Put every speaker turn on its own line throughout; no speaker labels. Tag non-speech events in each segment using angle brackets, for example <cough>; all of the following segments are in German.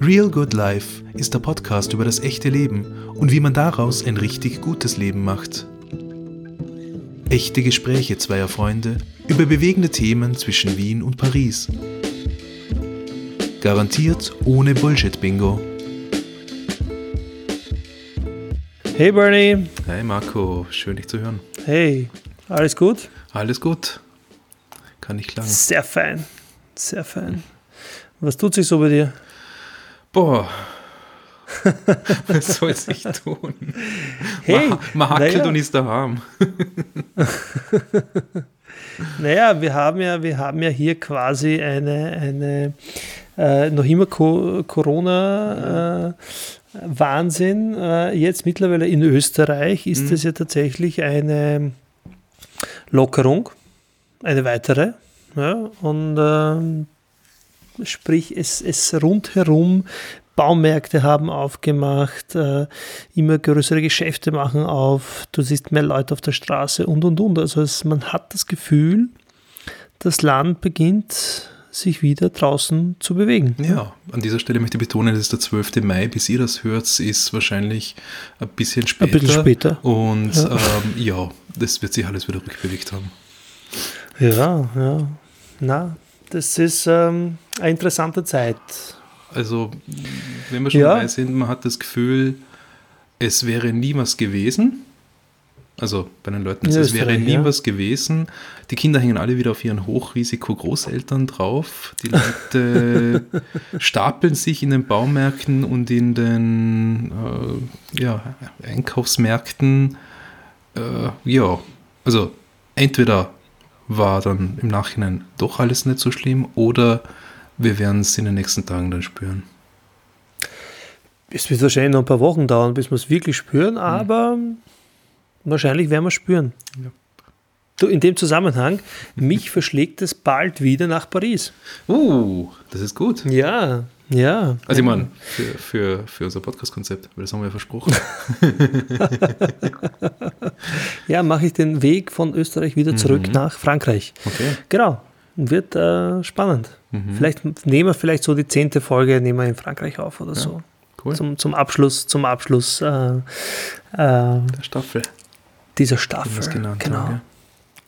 Real Good Life ist der Podcast über das echte Leben und wie man daraus ein richtig gutes Leben macht. Echte Gespräche zweier Freunde über bewegende Themen zwischen Wien und Paris. Garantiert ohne Bullshit-Bingo.
Hey Bernie,
Hey Marco, schön dich zu hören.
hey, alles gut?
Alles gut. Kann nicht klagen.
Sehr fein, sehr fein. Was tut sich so bei dir?
Boah. <laughs> Was soll ich tun?
Hey,
man, man hackelt
naja.
und ist daheim.
Naja, wir haben ja, wir haben ja hier quasi eine, eine äh, noch immer Co Corona-Wahnsinn. Äh, jetzt mittlerweile in Österreich ist es ja tatsächlich eine Lockerung, eine weitere. Ja, und ähm, sprich, es, es rundherum. Baumärkte haben aufgemacht, äh, immer größere Geschäfte machen auf, du siehst mehr Leute auf der Straße und und und. Also es, man hat das Gefühl, das Land beginnt sich wieder draußen zu bewegen.
Ja, an dieser Stelle möchte ich betonen, es ist der 12. Mai. Bis ihr das hört, ist wahrscheinlich ein bisschen später.
Ein bisschen später.
Und ja,
Ja.
ähm, ja das wird sich alles wieder rückbewegt haben.
Ja, ja. Na, das ist ähm, eine interessante Zeit.
Also, wenn wir schon
Ja.
dabei sind, man hat das Gefühl, es wäre nie was gewesen. Also bei den Leuten,
In
ist, es wäre
Österreich,
nie
ja.
was gewesen. Die Kinder hängen alle wieder auf ihren Hochrisiko-Großeltern drauf. Die
<laughs>
Leute stapeln sich in den Baumärkten und in den äh, ja, Einkaufsmärkten. Äh, ja, also entweder war dann im Nachhinein doch alles nicht so schlimm oder wir werden es in den nächsten Tagen dann spüren.
Es wird wahrscheinlich noch ein paar Wochen dauern, bis wir es wirklich spüren, aber wahrscheinlich werden wir es spüren.
Ja.
Du, in dem Zusammenhang, mich verschlägt es bald wieder nach Paris.
Uh, das ist gut.
Ja, ja.
Also ich meine, für, für, für unser Podcast-Konzept, weil das haben wir ja
<laughs>
versprochen.
Ja, mache ich den Weg von Österreich wieder zurück nach Frankreich.
Okay.
Genau. Wird äh, spannend.
Mhm.
Vielleicht nehmen wir vielleicht so die zehnte Folge nehmen wir in Frankreich auf oder so.
Cool.
Zum, zum Abschluss, zum Abschluss äh, äh,
Der Staffel.
dieser
wie wir
Staffel.
es genannt
genau.
haben, Mhm.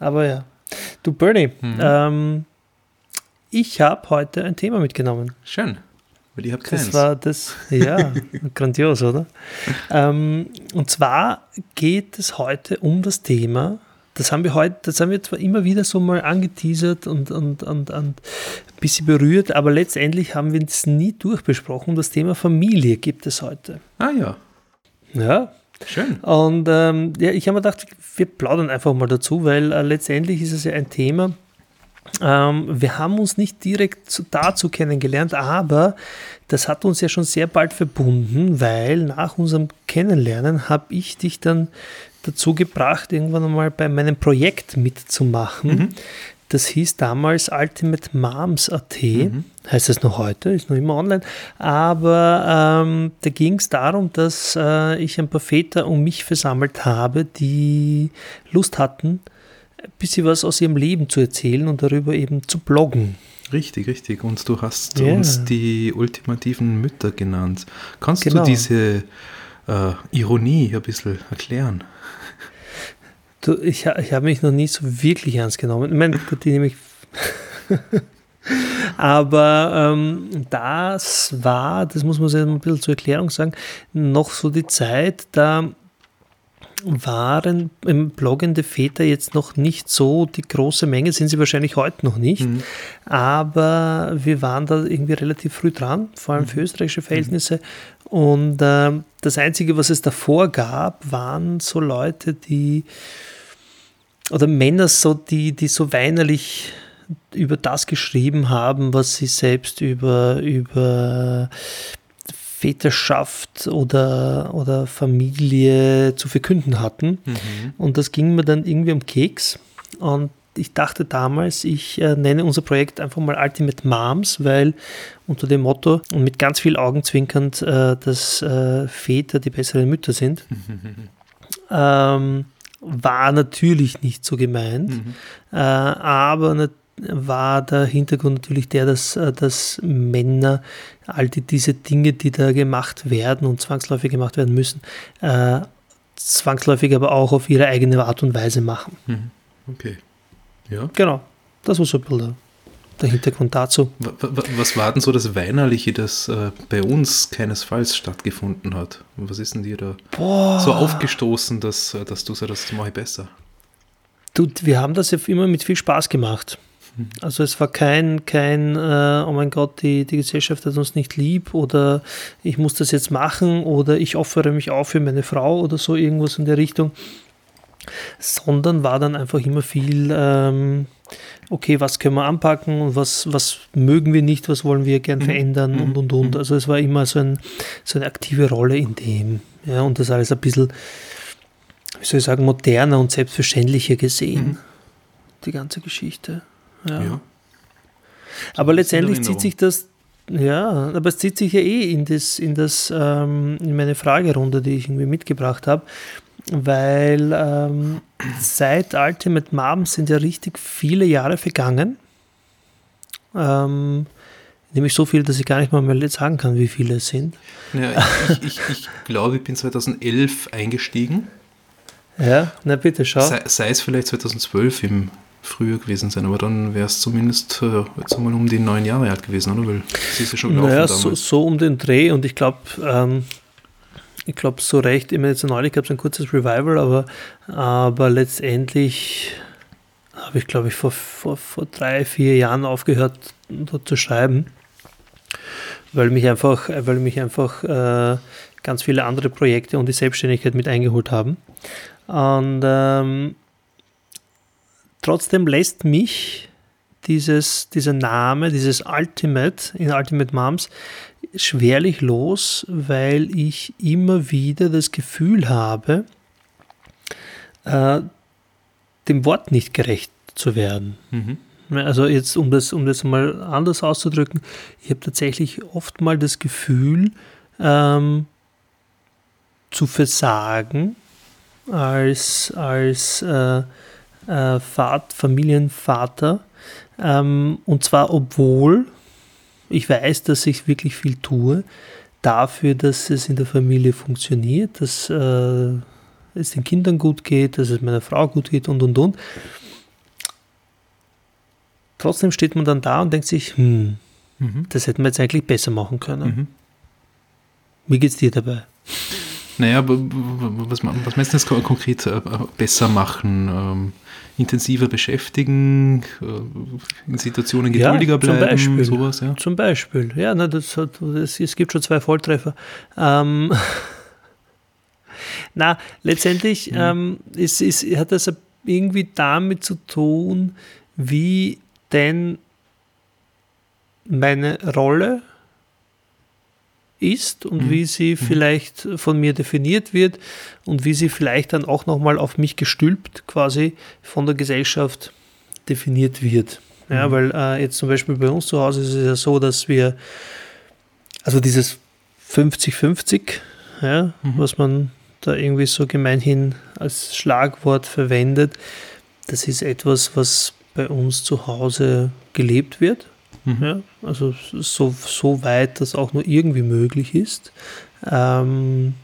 Aber ja. Du Bernie, ähm, ich habe heute ein Thema mitgenommen.
ja. Schön. Weil ihr habt keins.
Das war das, ja, grandios, oder? Ähm, und zwar geht es heute um das Thema, das haben wir heute, das haben wir zwar immer wieder so mal angeteasert und, und, und, und ein bisschen berührt, aber letztendlich haben wir es nie durchbesprochen. Das Thema Familie gibt es heute.
ah ja,
Ja,
schön.
und ähm, ja, ich habe mir gedacht, wir plaudern einfach mal dazu, weil äh, letztendlich ist es ja ein Thema. Ähm, wir haben uns nicht direkt zu, dazu kennengelernt, aber das hat uns ja schon sehr bald verbunden, weil nach unserem Kennenlernen habe ich dich dann dazu gebracht, irgendwann einmal bei meinem Projekt mitzumachen. Das hieß damals Ultimate Moms AT, heißt es noch heute, ist noch immer online. Aber ähm, da ging es darum, dass äh, ich ein paar Väter um mich versammelt habe, die Lust hatten, ein bisschen was aus ihrem Leben zu erzählen und darüber eben zu bloggen.
Richtig, richtig. Und du hast
Ja.
uns die ultimativen Mütter genannt. Kannst
Genau.
du diese äh, Ironie ein bisschen erklären?
Du, ich ha- ich habe mich noch nie so wirklich ernst genommen. Ich meine, gut, die nehme ich. <laughs> Aber ähm, das war, das muss man sich ein bisschen zur Erklärung sagen, noch so die Zeit, da waren ähm, bloggende Väter jetzt noch nicht so die große Menge, sind sie wahrscheinlich heute noch nicht. Aber wir waren da irgendwie relativ früh dran, vor allem für österreichische Verhältnisse. Und ähm, das Einzige, was es davor gab, waren so Leute, die oder Männer, so, die, die so weinerlich über das geschrieben haben, was sie selbst über, über Väterschaft oder, oder Familie zu verkünden hatten. Und das ging mir dann irgendwie um Keks. Und ich dachte damals, ich äh, nenne unser Projekt einfach mal Ultimate Moms, weil unter dem Motto und mit ganz viel Augenzwinkernd, äh, dass äh, Väter die besseren Mütter sind, ähm, war natürlich nicht so gemeint. Äh, aber nat- war der Hintergrund natürlich der, dass, äh, dass Männer all die, diese Dinge, die da gemacht werden und zwangsläufig gemacht werden müssen, äh, zwangsläufig aber auch auf ihre eigene Art und Weise machen.
Mhm. Okay. Ja.
Genau, das war so ein bisschen der, der Hintergrund dazu.
Wa- wa- wa- Was war denn so das Weinerliche, das äh, bei uns keinesfalls stattgefunden hat? Und Was ist denn dir da
Boah.
so aufgestoßen, dass, äh, dass du sagst, das mache ich besser?
Du, wir haben das ja immer mit viel Spaß gemacht. Also es war kein, kein äh, oh mein Gott, die, die Gesellschaft hat uns nicht lieb oder ich muss das jetzt machen oder ich opfere mich auf für meine Frau oder so irgendwas in der Richtung, sondern war dann einfach immer viel, ähm, okay, was können wir anpacken und was, was mögen wir nicht, was wollen wir gern verändern und und und. Also es war immer so, ein, so eine aktive Rolle in dem. Ja, und das alles ein bisschen, wie soll ich sagen, moderner und selbstverständlicher gesehen. Die ganze Geschichte. Ja. Aber letztendlich
in
zieht
Erinnerung.
sich das, ja, aber es zieht sich ja eh in das, in das, ähm, in meine Fragerunde, die ich irgendwie mitgebracht habe, weil ähm, seit Ultimate Mom sind ja richtig viele Jahre vergangen. Ähm, nämlich so viel, dass ich gar nicht mal mehr sagen kann, wie viele es sind.
Ja, ich, ich, ich, ich glaube, ich bin 2011 eingestiegen.
Ja, na bitte, schau.
Sei, sei es vielleicht 2012 im Frühjahr gewesen sein, aber dann wäre es zumindest äh, jetzt mal um die neun Jahre alt gewesen, oder? Weil es ist ja schon gelaufen
Naja, so,
damals.
so um den Dreh und ich glaube, ähm, ich glaube so recht, ich meine, jetzt neulich gab es ein kurzes Revival, aber, aber letztendlich habe ich, glaube ich, vor, vor, vor drei, vier Jahren aufgehört, dort zu schreiben, weil mich einfach, weil mich einfach äh, ganz viele andere Projekte und die Selbstständigkeit mit eingeholt haben. Und ähm, trotzdem lässt mich dieses, dieser Name, dieses Ultimate in Ultimate Moms schwerlich los, weil ich immer wieder das Gefühl habe, äh, dem Wort nicht gerecht zu werden.
Mhm.
Also jetzt, um das, um das mal anders auszudrücken, ich habe tatsächlich oft mal das Gefühl, ähm, zu versagen als, als äh, äh, Vat- Familienvater. Ähm, und zwar, obwohl ich weiß, dass ich wirklich viel tue, dafür, dass es in der Familie funktioniert, dass äh, es den Kindern gut geht, dass es meiner Frau gut geht und und und. Trotzdem steht man dann da und denkt sich, hm,
Mhm.
das hätten wir jetzt eigentlich besser machen können.
Mhm.
Wie geht's dir dabei?
Naja, aber w- w- was, ma- was meinst du jetzt kon- konkret äh, äh, besser machen? Ähm, intensiver beschäftigen, äh, in Situationen
Ja,
geduldiger
zum
bleiben,
Beispiel.
sowas, ja.
Zum Beispiel, ja, na, das hat, das, es gibt schon zwei Volltreffer. Ähm, <laughs> na, letztendlich ähm, ist, ist, hat das irgendwie damit zu tun, wie denn meine Rolle ist und
Mhm.
wie sie vielleicht von mir definiert wird und wie sie vielleicht dann auch nochmal auf mich gestülpt quasi von der Gesellschaft definiert wird. Ja,
Mhm.
weil äh, jetzt zum Beispiel bei uns zu Hause ist es ja so, dass wir, also dieses 50-50, ja,
Mhm.
was man da irgendwie so gemeinhin als Schlagwort verwendet, das ist etwas, was bei uns zu Hause gelebt wird.
Mhm.
Ja, also so, so weit, dass auch nur irgendwie möglich ist. Ähm,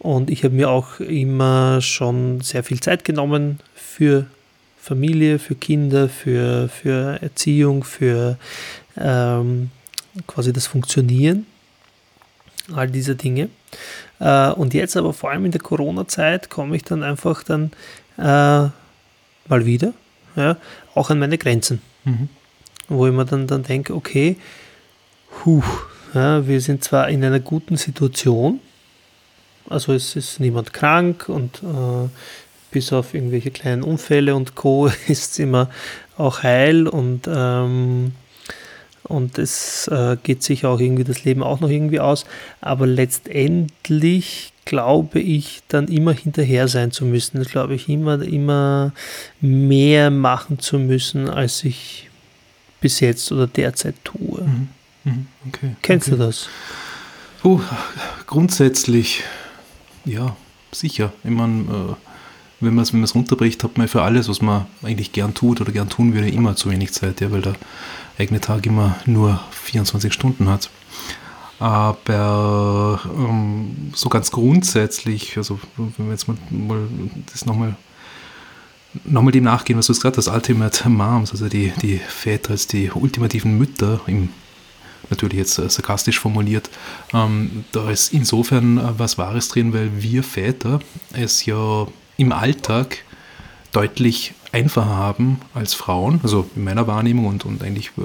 und ich habe mir auch immer schon sehr viel Zeit genommen für Familie, für Kinder, für, für Erziehung, für ähm, quasi das Funktionieren all dieser Dinge. Äh, und jetzt aber vor allem in der Corona-Zeit komme ich dann einfach dann äh, mal wieder ja, auch an meine Grenzen
Mhm.
wo ich mir dann, dann denke, okay, huh, ja, wir sind zwar in einer guten Situation, also es ist niemand krank und äh, bis auf irgendwelche kleinen Unfälle und Co. <laughs> ist es immer auch heil und, ähm, und es äh, geht sich auch irgendwie das Leben auch noch irgendwie aus, aber letztendlich glaube ich, dann immer hinterher sein zu müssen, glaube ich, immer, immer mehr machen zu müssen, als ich bis jetzt oder derzeit tue.
Mhm. Okay.
Kennst du das?
Puh, grundsätzlich, ja, sicher. Ich meine, äh, wenn man es wenn man's runterbricht, hat man für alles, was man eigentlich gern tut oder gern tun würde, immer zu wenig Zeit, ja, weil der eigene Tag immer nur 24 Stunden hat. Aber ähm, so ganz grundsätzlich, also wenn wir jetzt mal, mal das nochmal nochmal dem nachgehen, was du gesagt hast, Ultimate Moms, also die, die Väter als die ultimativen Mütter, im, natürlich jetzt äh, sarkastisch formuliert, ähm, da ist insofern äh, was Wahres drin, weil wir Väter es ja im Alltag deutlich einfacher haben als Frauen, also in meiner Wahrnehmung und, und eigentlich äh,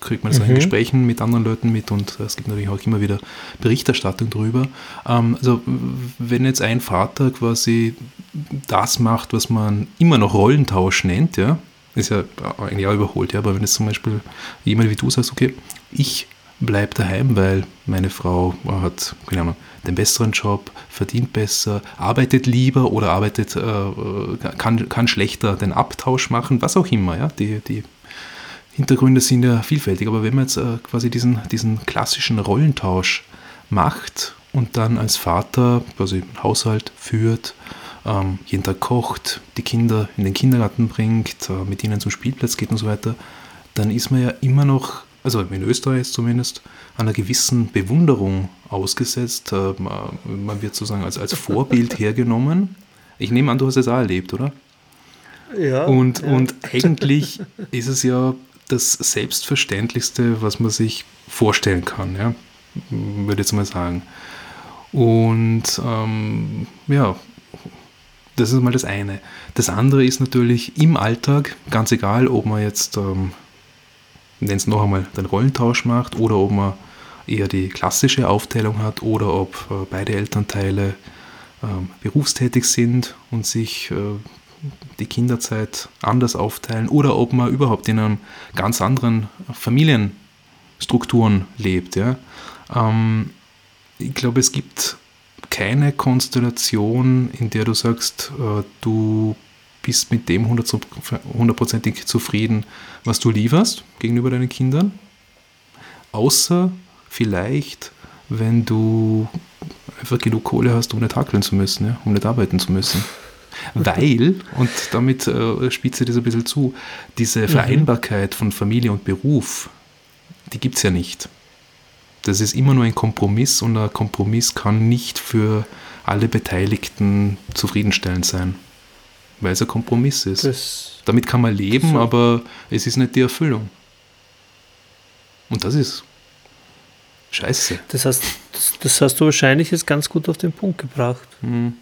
kriegt man das auch in
Mhm.
Gesprächen mit anderen Leuten mit und es gibt natürlich auch immer wieder Berichterstattung darüber. Ähm, also wenn jetzt ein Vater quasi das macht, was man immer noch Rollentausch nennt, ja, ist ja eigentlich auch überholt, ja, aber wenn jetzt zum Beispiel jemand wie du sagst, okay, ich bleib daheim, weil meine Frau hat, keine Ahnung, den besseren Job, verdient besser, arbeitet lieber oder arbeitet, äh, äh, kann, kann schlechter den Abtausch machen, was auch immer, ja, die, die Hintergründe sind ja vielfältig, aber wenn man jetzt äh, quasi diesen, diesen klassischen Rollentausch macht und dann als Vater quasi einen Haushalt führt, ähm, jeden Tag kocht, die Kinder in den Kindergarten bringt, äh, mit ihnen zum Spielplatz geht und so weiter, dann ist man ja immer noch, also in Österreich jetzt zumindest, einer gewissen Bewunderung ausgesetzt. Äh, man man wird sozusagen als, als Vorbild hergenommen. Ich nehme an, du hast es auch erlebt, oder?
Ja.
Und, und eigentlich ist es ja das Selbstverständlichste, was man sich vorstellen kann, ja? würde ich jetzt mal sagen. Und ähm, ja, das ist mal das eine. Das andere ist natürlich im Alltag, ganz egal, ob man jetzt, ähm, nenn es noch einmal, den Rollentausch macht oder ob man eher die klassische Aufteilung hat oder ob äh, beide Elternteile ähm, berufstätig sind und sich äh, die Kinderzeit anders aufteilen oder ob man überhaupt in einem ganz anderen Familienstrukturen lebt. Ja? Ähm, ich glaube, es gibt keine Konstellation, in der du sagst, äh, du bist mit dem hundertso- hundertprozentig zufrieden, was du lieferst gegenüber deinen Kindern. Außer vielleicht, wenn du einfach genug Kohle hast, um nicht hackeln zu müssen, ja? um nicht arbeiten zu müssen. Weil, und damit äh, spitze ich das ein bisschen zu, diese Vereinbarkeit von Familie und Beruf, die gibt es ja nicht. Das ist immer nur ein Kompromiss und ein Kompromiss kann nicht für alle Beteiligten zufriedenstellend sein, weil es ein Kompromiss ist.
das,
Damit kann man leben,
So.
aber es ist nicht die Erfüllung. Und das ist scheiße.
das, hast, das, das hast du wahrscheinlich jetzt ganz gut auf den Punkt gebracht.
Hm.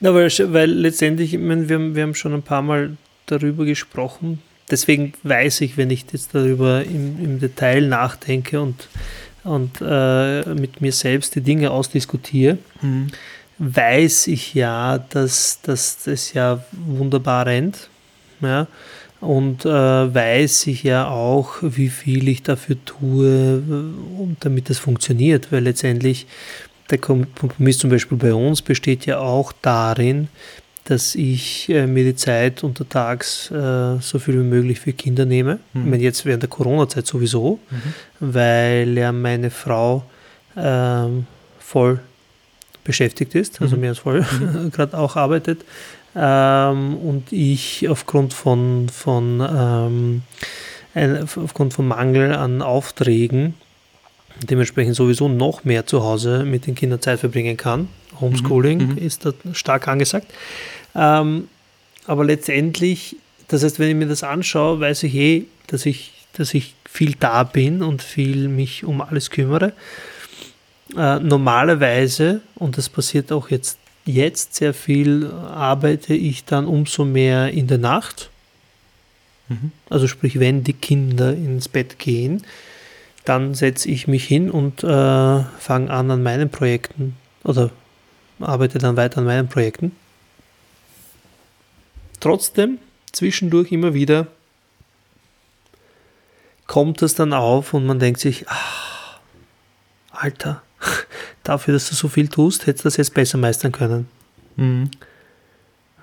Na, weil, weil letztendlich, ich meine, wir, haben- wir haben schon ein paar Mal darüber gesprochen. Deswegen weiß ich, wenn ich jetzt darüber im, im Detail nachdenke und, und äh, mit mir selbst die Dinge ausdiskutiere,
Mhm.
weiß ich ja, dass, dass das ja wunderbar rennt. Ja? Und äh, weiß ich ja auch, wie viel ich dafür tue, äh, und damit das funktioniert. Weil letztendlich der Kom- Kompromiss zum Beispiel bei uns besteht ja auch darin, dass ich äh, mir die Zeit untertags äh, so viel wie möglich für Kinder nehme.
Mhm.
Ich meine, jetzt während der Corona-Zeit sowieso,
Mhm.
weil ja meine Frau ähm, voll beschäftigt ist, also
Mhm.
mehr als voll <laughs> gerade auch arbeitet. Ähm, und ich aufgrund von, von, ähm, ein, aufgrund von Mangel an Aufträgen dementsprechend sowieso noch mehr zu Hause mit den Kindern Zeit verbringen kann. Homeschooling
Mhm, mhm.
ist da stark angesagt. Ähm, aber letztendlich, das heißt, wenn ich mir das anschaue, weiß ich eh, dass ich, dass ich viel da bin und viel mich um alles kümmere. Äh, normalerweise, und das passiert auch jetzt, jetzt sehr viel, arbeite ich dann umso mehr in der Nacht.
Mhm.
Also sprich, wenn die Kinder ins Bett gehen, dann setze ich mich hin und äh, fange an an meinen Projekten oder arbeite dann weiter an meinen Projekten. Trotzdem, zwischendurch immer wieder kommt es dann auf und man denkt sich, ach, Alter, <laughs> dafür, dass du so viel tust, hättest du das jetzt besser meistern können.
Mhm.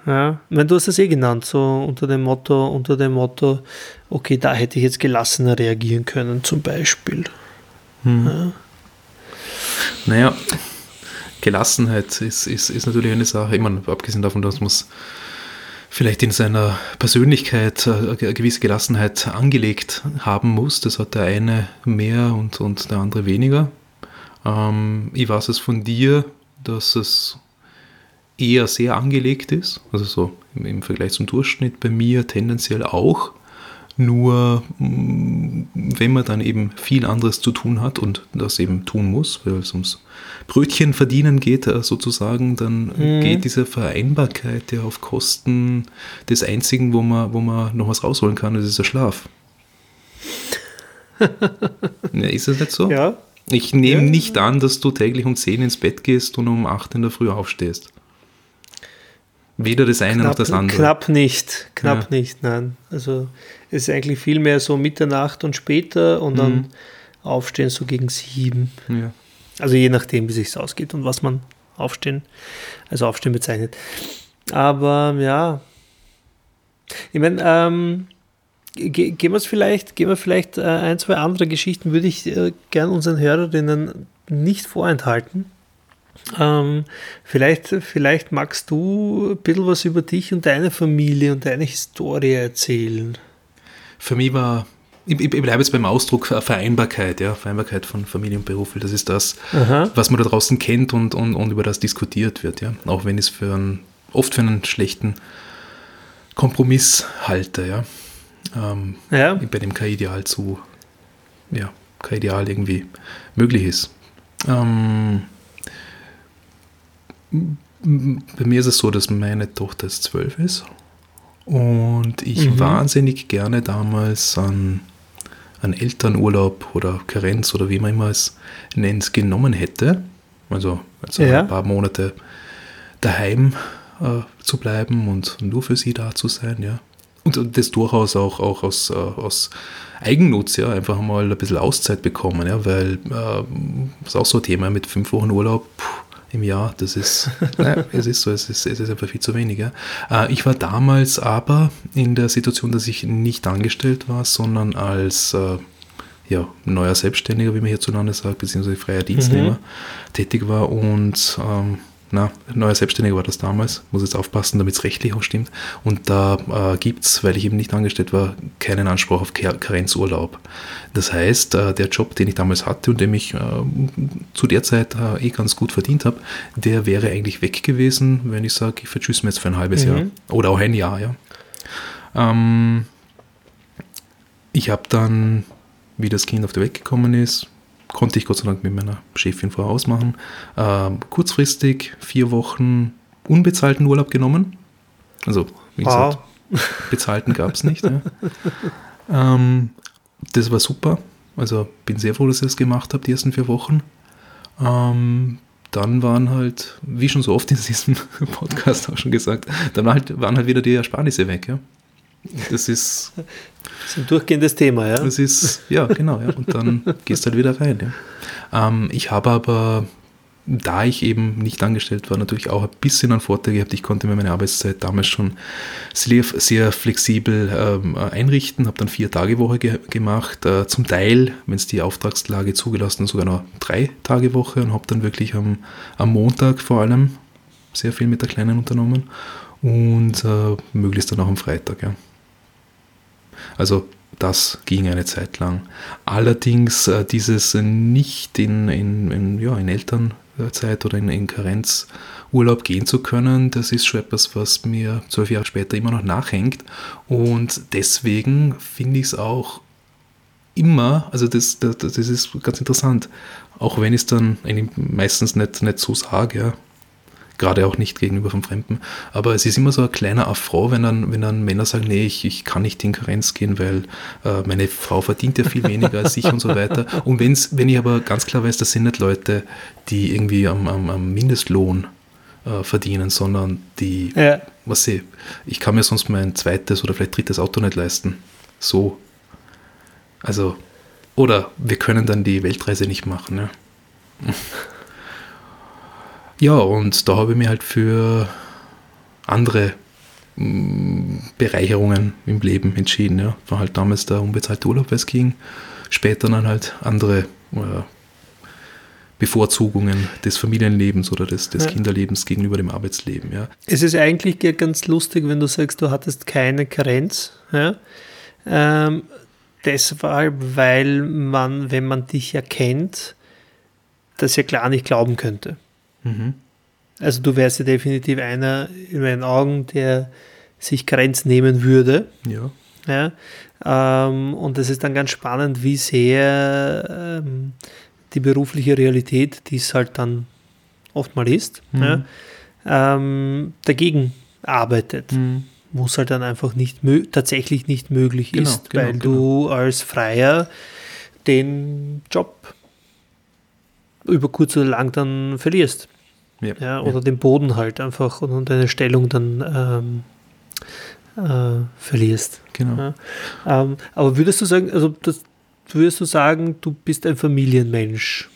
Ja, ich meine, du hast das eh genannt, so unter dem Motto, unter dem Motto, okay, da hätte ich jetzt gelassener reagieren können, zum Beispiel.
Naja, Gelassenheit ist, ist, ist natürlich eine Sache. Ich meine, abgesehen davon, dass man es vielleicht in seiner Persönlichkeit äh, eine gewisse Gelassenheit angelegt haben muss. Das hat der eine mehr und, und der andere weniger. Ähm, ich weiß es von dir, dass es eher sehr angelegt ist. Also so im, im Vergleich zum Durchschnitt bei mir tendenziell auch. Nur mh, wenn man dann eben viel anderes zu tun hat und das eben tun muss, weil es ums Brötchen verdienen geht äh, sozusagen, dann
Mhm.
geht diese Vereinbarkeit ja auf Kosten des Einzigen, wo man, wo man noch was rausholen kann, das ist der Schlaf. ja, ist das nicht so?
Ja.
Ich nehme
Ja.
nicht an, dass du täglich um 10 ins Bett gehst und um 8 in der Früh aufstehst. Weder das eine noch
Knapp,
das andere.
knapp nicht, knapp
Ja.
nicht, nein. Also es ist eigentlich viel mehr so Mitternacht und später und
Mhm.
dann aufstehen so gegen sieben.
Ja.
Also je nachdem, wie sich's ausgeht und was man aufstehen, also aufstehen bezeichnet. Aber ja, ich meine, ähm, ge gehen wir vielleicht, gehen wir vielleicht äh, ein, zwei andere Geschichten, würde ich äh, gern unseren Hörerinnen nicht vorenthalten. Ähm, vielleicht, vielleicht magst du ein bisschen was über dich und deine Familie und deine Historie erzählen.
Für mich war, ich, ich ich bleibe jetzt beim Ausdruck äh, Vereinbarkeit, ja, Vereinbarkeit von Familie und Beruf, weil das ist das,
Aha.
was man da draußen kennt und, und, und über das diskutiert wird, ja. Auch wenn ich es für einen, oft für einen schlechten Kompromiss halte, ja. Ähm,
Ja,
bei dem kein Ideal zu, ja, kein Ideal irgendwie möglich ist. Ähm, m- m- bei mir ist es so, dass meine Tochter jetzt zwölf ist und ich
Mhm.
wahnsinnig gerne damals an, an Elternurlaub oder Karenz oder wie man immer es nennt, genommen hätte. Also, also
Ja.
ein paar Monate daheim äh, zu bleiben und nur für sie da zu sein, ja. Und das durchaus auch, auch aus, äh, aus Eigennutz, ja, einfach mal ein bisschen Auszeit bekommen, ja, weil äh, das ist auch so ein Thema mit fünf Wochen Urlaub puh, im Jahr, das ist, <laughs> naja, es ist so, es ist, es ist einfach viel zu wenig, ja. Äh, ich war damals aber in der Situation, dass ich nicht angestellt war, sondern als äh, ja, neuer Selbstständiger, wie man hierzulande sagt, beziehungsweise freier Dienstnehmer tätig war und ähm, na, neuer Selbstständiger war das damals, muss jetzt aufpassen, damit es rechtlich auch stimmt. Und da äh, gibt es, weil ich eben nicht angestellt war, keinen Anspruch auf Ker- Karenzurlaub. Das heißt, äh, der Job, den ich damals hatte und den ich äh, zu der Zeit äh, eh ganz gut verdient habe, der wäre eigentlich weg gewesen, wenn ich sage, ich vertschüss mir jetzt für ein halbes
Mhm.
Jahr oder auch ein Jahr, ja. Ähm, ich habe dann, wie das Kind auf der Welt gekommen ist, konnte ich Gott sei Dank mit meiner Chefin vorher ausmachen, ähm, kurzfristig vier Wochen unbezahlten Urlaub genommen. Also, wie gesagt,
wow.
bezahlten gab es nicht. Ja. ähm, das war super. Also bin sehr froh, dass ich das gemacht habe, die ersten vier Wochen. Ähm, dann waren halt, wie schon so oft in diesem <laughs> Podcast auch schon gesagt, dann war halt, waren halt wieder die Ersparnisse weg. Ja. Das ist,
Das ist ein durchgehendes Thema, ja.
das ist, ja, genau. Ja. Und dann gehst halt wieder rein. Ja. Ähm, ich habe aber, da ich eben nicht angestellt war, natürlich auch ein bisschen einen Vorteil gehabt. Ich konnte mir meine Arbeitszeit damals schon sehr, sehr flexibel ähm, äh, einrichten, habe dann vier Tage Woche ge gemacht, äh, zum Teil, wenn es die Auftragslage zugelassen, sogar noch drei Tage Woche und habe dann wirklich am, am Montag vor allem sehr viel mit der Kleinen unternommen und äh, möglichst dann auch am Freitag. Ja. Also das ging eine Zeit lang. Allerdings äh, dieses äh, nicht in, in, in, ja, in Elternzeit oder in, in Karenzurlaub gehen zu können, das ist schon etwas, was mir zwölf Jahre später immer noch nachhängt. Und deswegen finde ich es auch immer, also das, das, das ist ganz interessant, auch wenn ich es dann eigentlich meistens nicht, nicht so sage, ja. gerade auch nicht gegenüber von Fremden, aber es ist immer so ein kleiner Affront, wenn dann, wenn dann Männer sagen, nee, ich, ich kann nicht in Karenz gehen, weil äh, meine Frau verdient ja viel weniger als ich und so weiter. Und wenn's, wenn ich aber ganz klar weiß, das sind nicht Leute, die irgendwie am, am, am Mindestlohn äh, verdienen, sondern die
ja.
was ich, ich kann mir sonst mein zweites oder vielleicht drittes Auto nicht leisten. So. Also, oder wir können dann die Weltreise nicht machen. Ne? <laughs> Ja, und da habe ich mir halt für andere mm, Bereicherungen im Leben entschieden. Ja. War halt damals der unbezahlte Urlaub, weil es ging. Später dann halt andere äh, Bevorzugungen des Familienlebens oder des, des ja. Kinderlebens gegenüber dem Arbeitsleben. Ja.
Es ist eigentlich ganz lustig, wenn du sagst, du hattest keine Karenz. Ja? Ähm, deshalb, weil man, wenn man dich erkennt, das ja klar nicht glauben könnte. Mhm. Also du wärst ja definitiv einer in meinen Augen, der sich Karenz nehmen würde.
Ja.
ja? Ähm, und es ist dann ganz spannend, wie sehr ähm, die berufliche Realität, die es halt dann oft mal ist, mhm. ja, ähm, dagegen arbeitet. Mhm. Wo es halt dann einfach nicht tatsächlich nicht möglich genau, ist, genau, weil genau. du als Freier den Job über kurz oder lang dann verlierst. Ja, ja oder ja. den Boden halt einfach und, und deine Stellung dann äh, verlierst.
Genau.
Ja. Ähm, aber würdest du sagen, also das, würdest du sagen, du bist ein Familienmensch,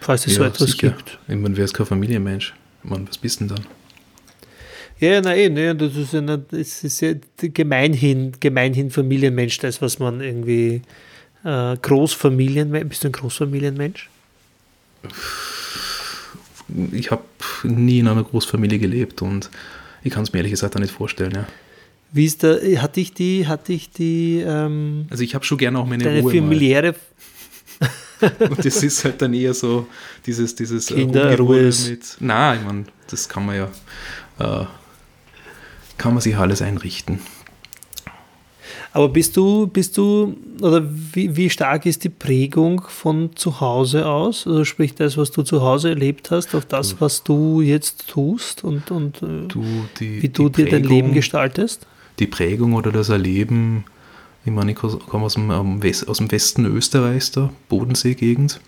falls es ja, so etwas sicher. gibt?
Ich meine, wer ist kein Familienmensch? Mann, was bist denn dann?
Ja, na eh, ne, das ist ja, das ist ja gemeinhin, gemeinhin Familienmensch, das, was man irgendwie äh, Großfamilienmensch. Bist du ein Großfamilienmensch?
Ich habe nie in einer Großfamilie gelebt und ich kann es mir ehrlich gesagt auch nicht vorstellen, ja.
Wie ist da, hatte ich die, hatte ich die, ähm,
Also ich habe schon gerne auch meine
deine Ruhe familiäre...
<laughs> Und das ist halt dann eher so dieses, dieses Kinderruhe mit... Na, ich meine, das kann man ja, äh, kann man sich alles einrichten.
Aber bist du, bist du, oder wie, wie stark ist die Prägung von zu Hause aus? Also sprich das, was du zu Hause erlebt hast, auf das, was du jetzt tust und, und äh,
du, die,
wie du
die
dir dein Prägung, Leben gestaltest?
Die Prägung oder das Erleben, ich meine, ich komme aus dem, ähm, aus dem Westen Österreichs, da, Bodensee-Gegend.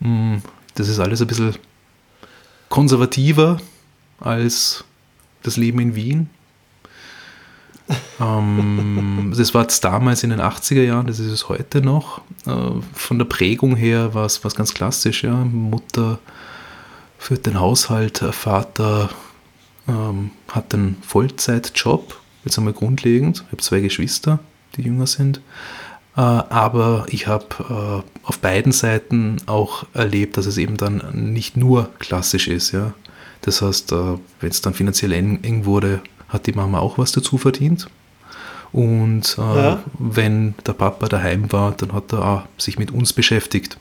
Mm, Das ist alles ein bisschen konservativer als das Leben in Wien. ähm, das war jetzt damals in den 80er Jahren, das ist es heute noch. Äh, von der Prägung her war es was ganz klassisch, ja. Mutter führt den Haushalt, äh, Vater ähm, hat einen Vollzeitjob, jetzt einmal grundlegend. Ich habe zwei Geschwister, die jünger sind. Äh, aber ich habe äh, auf beiden Seiten auch erlebt, dass es eben dann nicht nur klassisch ist, ja. Das heißt, wenn es dann finanziell eng wurde, hat die Mama auch was dazu verdient. Und äh, ja. wenn der Papa daheim war, dann hat er auch sich mit uns beschäftigt.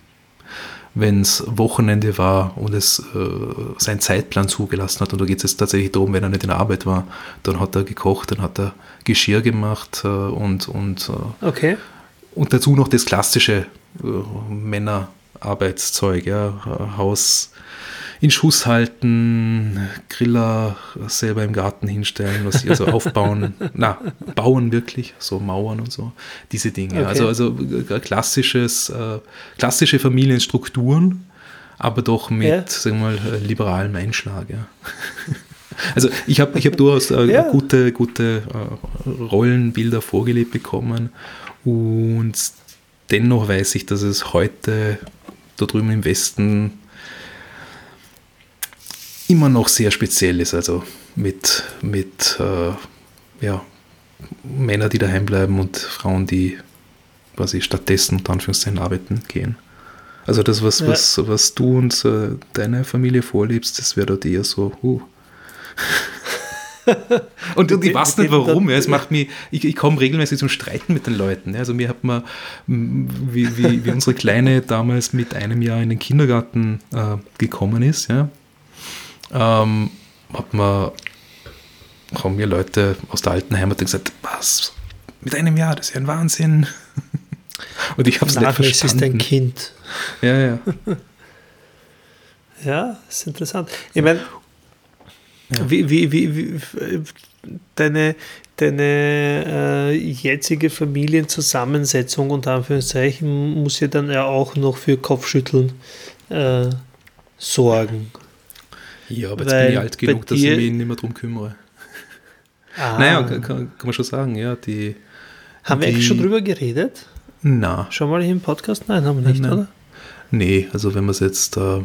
Wenn es Wochenende war und es äh, seinen Zeitplan zugelassen hat, und da geht es jetzt tatsächlich darum, wenn er nicht in der Arbeit war, dann hat er gekocht, dann hat er Geschirr gemacht äh, und, und, äh,
okay.
und dazu noch das klassische äh, Männerarbeitszeug, ja, Haus in Schuss halten, Griller selber im Garten hinstellen, was sie <laughs> also aufbauen, na, bauen wirklich, so Mauern und so, diese Dinge. Okay. Also, also klassisches, äh, klassische Familienstrukturen, aber doch mit, ja. sagen wir mal, liberalem Einschlag. Ja. Also ich habe ich hab durchaus äh, ja. gute, gute äh, Rollenbilder vorgelebt bekommen und dennoch weiß ich, dass es heute da drüben im Westen immer noch sehr speziell ist. Also mit, mit äh, ja, Männern, die daheim bleiben und Frauen, die quasi stattdessen unter Anführungszeichen arbeiten gehen. Also das, was, ja. was, was du und äh, deine Familie vorlebst, das wäre dort eher so, huh. und, und ich weiß nicht warum. Ja, es macht mich, ich, ich komme regelmäßig zum Streiten mit den Leuten. Ja. Also mir hat man, wie, wie, wie unsere Kleine damals mit einem Jahr in den Kindergarten äh, gekommen ist, ja, ähm, hat man, haben mir Leute aus der alten Heimat gesagt, was, mit einem Jahr, das ist ja ein Wahnsinn. <laughs> Und ich habe es nicht verstanden.
ist ein Kind.
Ja, ja.
ja, ist interessant. Ich meine, ja. wie, wie, wie, wie, deine, deine äh, jetzige Familienzusammensetzung, unter Anführungszeichen, muss ja dann ja auch noch für Kopfschütteln äh, sorgen.
Ja, aber jetzt Weil bin ich alt genug, dass ich mich nicht mehr drum kümmere. Ah. Naja, kann, kann, man schon sagen, ja. Die,
haben die, wir eigentlich schon drüber geredet?
Na.
Schon mal hier im Podcast? Nein, haben wir nicht, nein. oder?
Nee, also wenn man es jetzt, äh,